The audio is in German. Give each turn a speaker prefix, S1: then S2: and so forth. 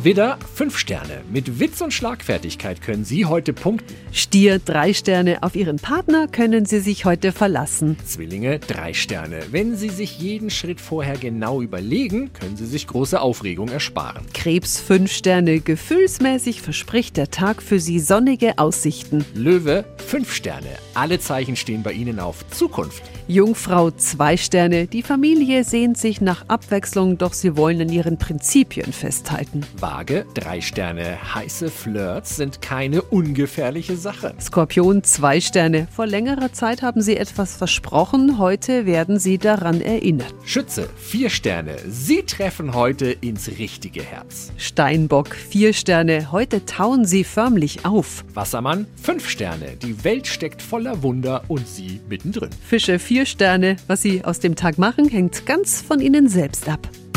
S1: Widder, 5 Sterne. Mit Witz und Schlagfertigkeit können Sie heute punkten.
S2: Stier, drei Sterne. Auf Ihren Partner können Sie sich heute verlassen.
S1: Zwillinge, 3 Sterne. Wenn Sie sich jeden Schritt vorher genau überlegen, können Sie sich große Aufregung ersparen.
S2: Krebs, fünf Sterne. Gefühlsmäßig verspricht der Tag für Sie sonnige Aussichten.
S1: Löwe, 5 Sterne. Alle Zeichen stehen bei Ihnen auf Zukunft.
S2: Jungfrau, zwei Sterne. Die Familie sehnt sich nach Abwechslung, doch sie wollen an ihren Prinzipien festhalten.
S1: Waage, 3 Sterne. Heiße Flirts sind keine ungefährliche Sache.
S2: Skorpion, zwei Sterne. Vor längerer Zeit haben Sie etwas versprochen. Heute werden Sie daran erinnert.
S1: Schütze, 4 Sterne. Sie treffen heute ins richtige Herz.
S2: Steinbock, vier Sterne. Heute tauen Sie förmlich auf.
S1: Wassermann, 5 Sterne. Die Welt steckt voller Wunder und Sie mittendrin.
S2: Fische, vier Sterne. Was Sie aus dem Tag machen, hängt ganz von Ihnen selbst ab.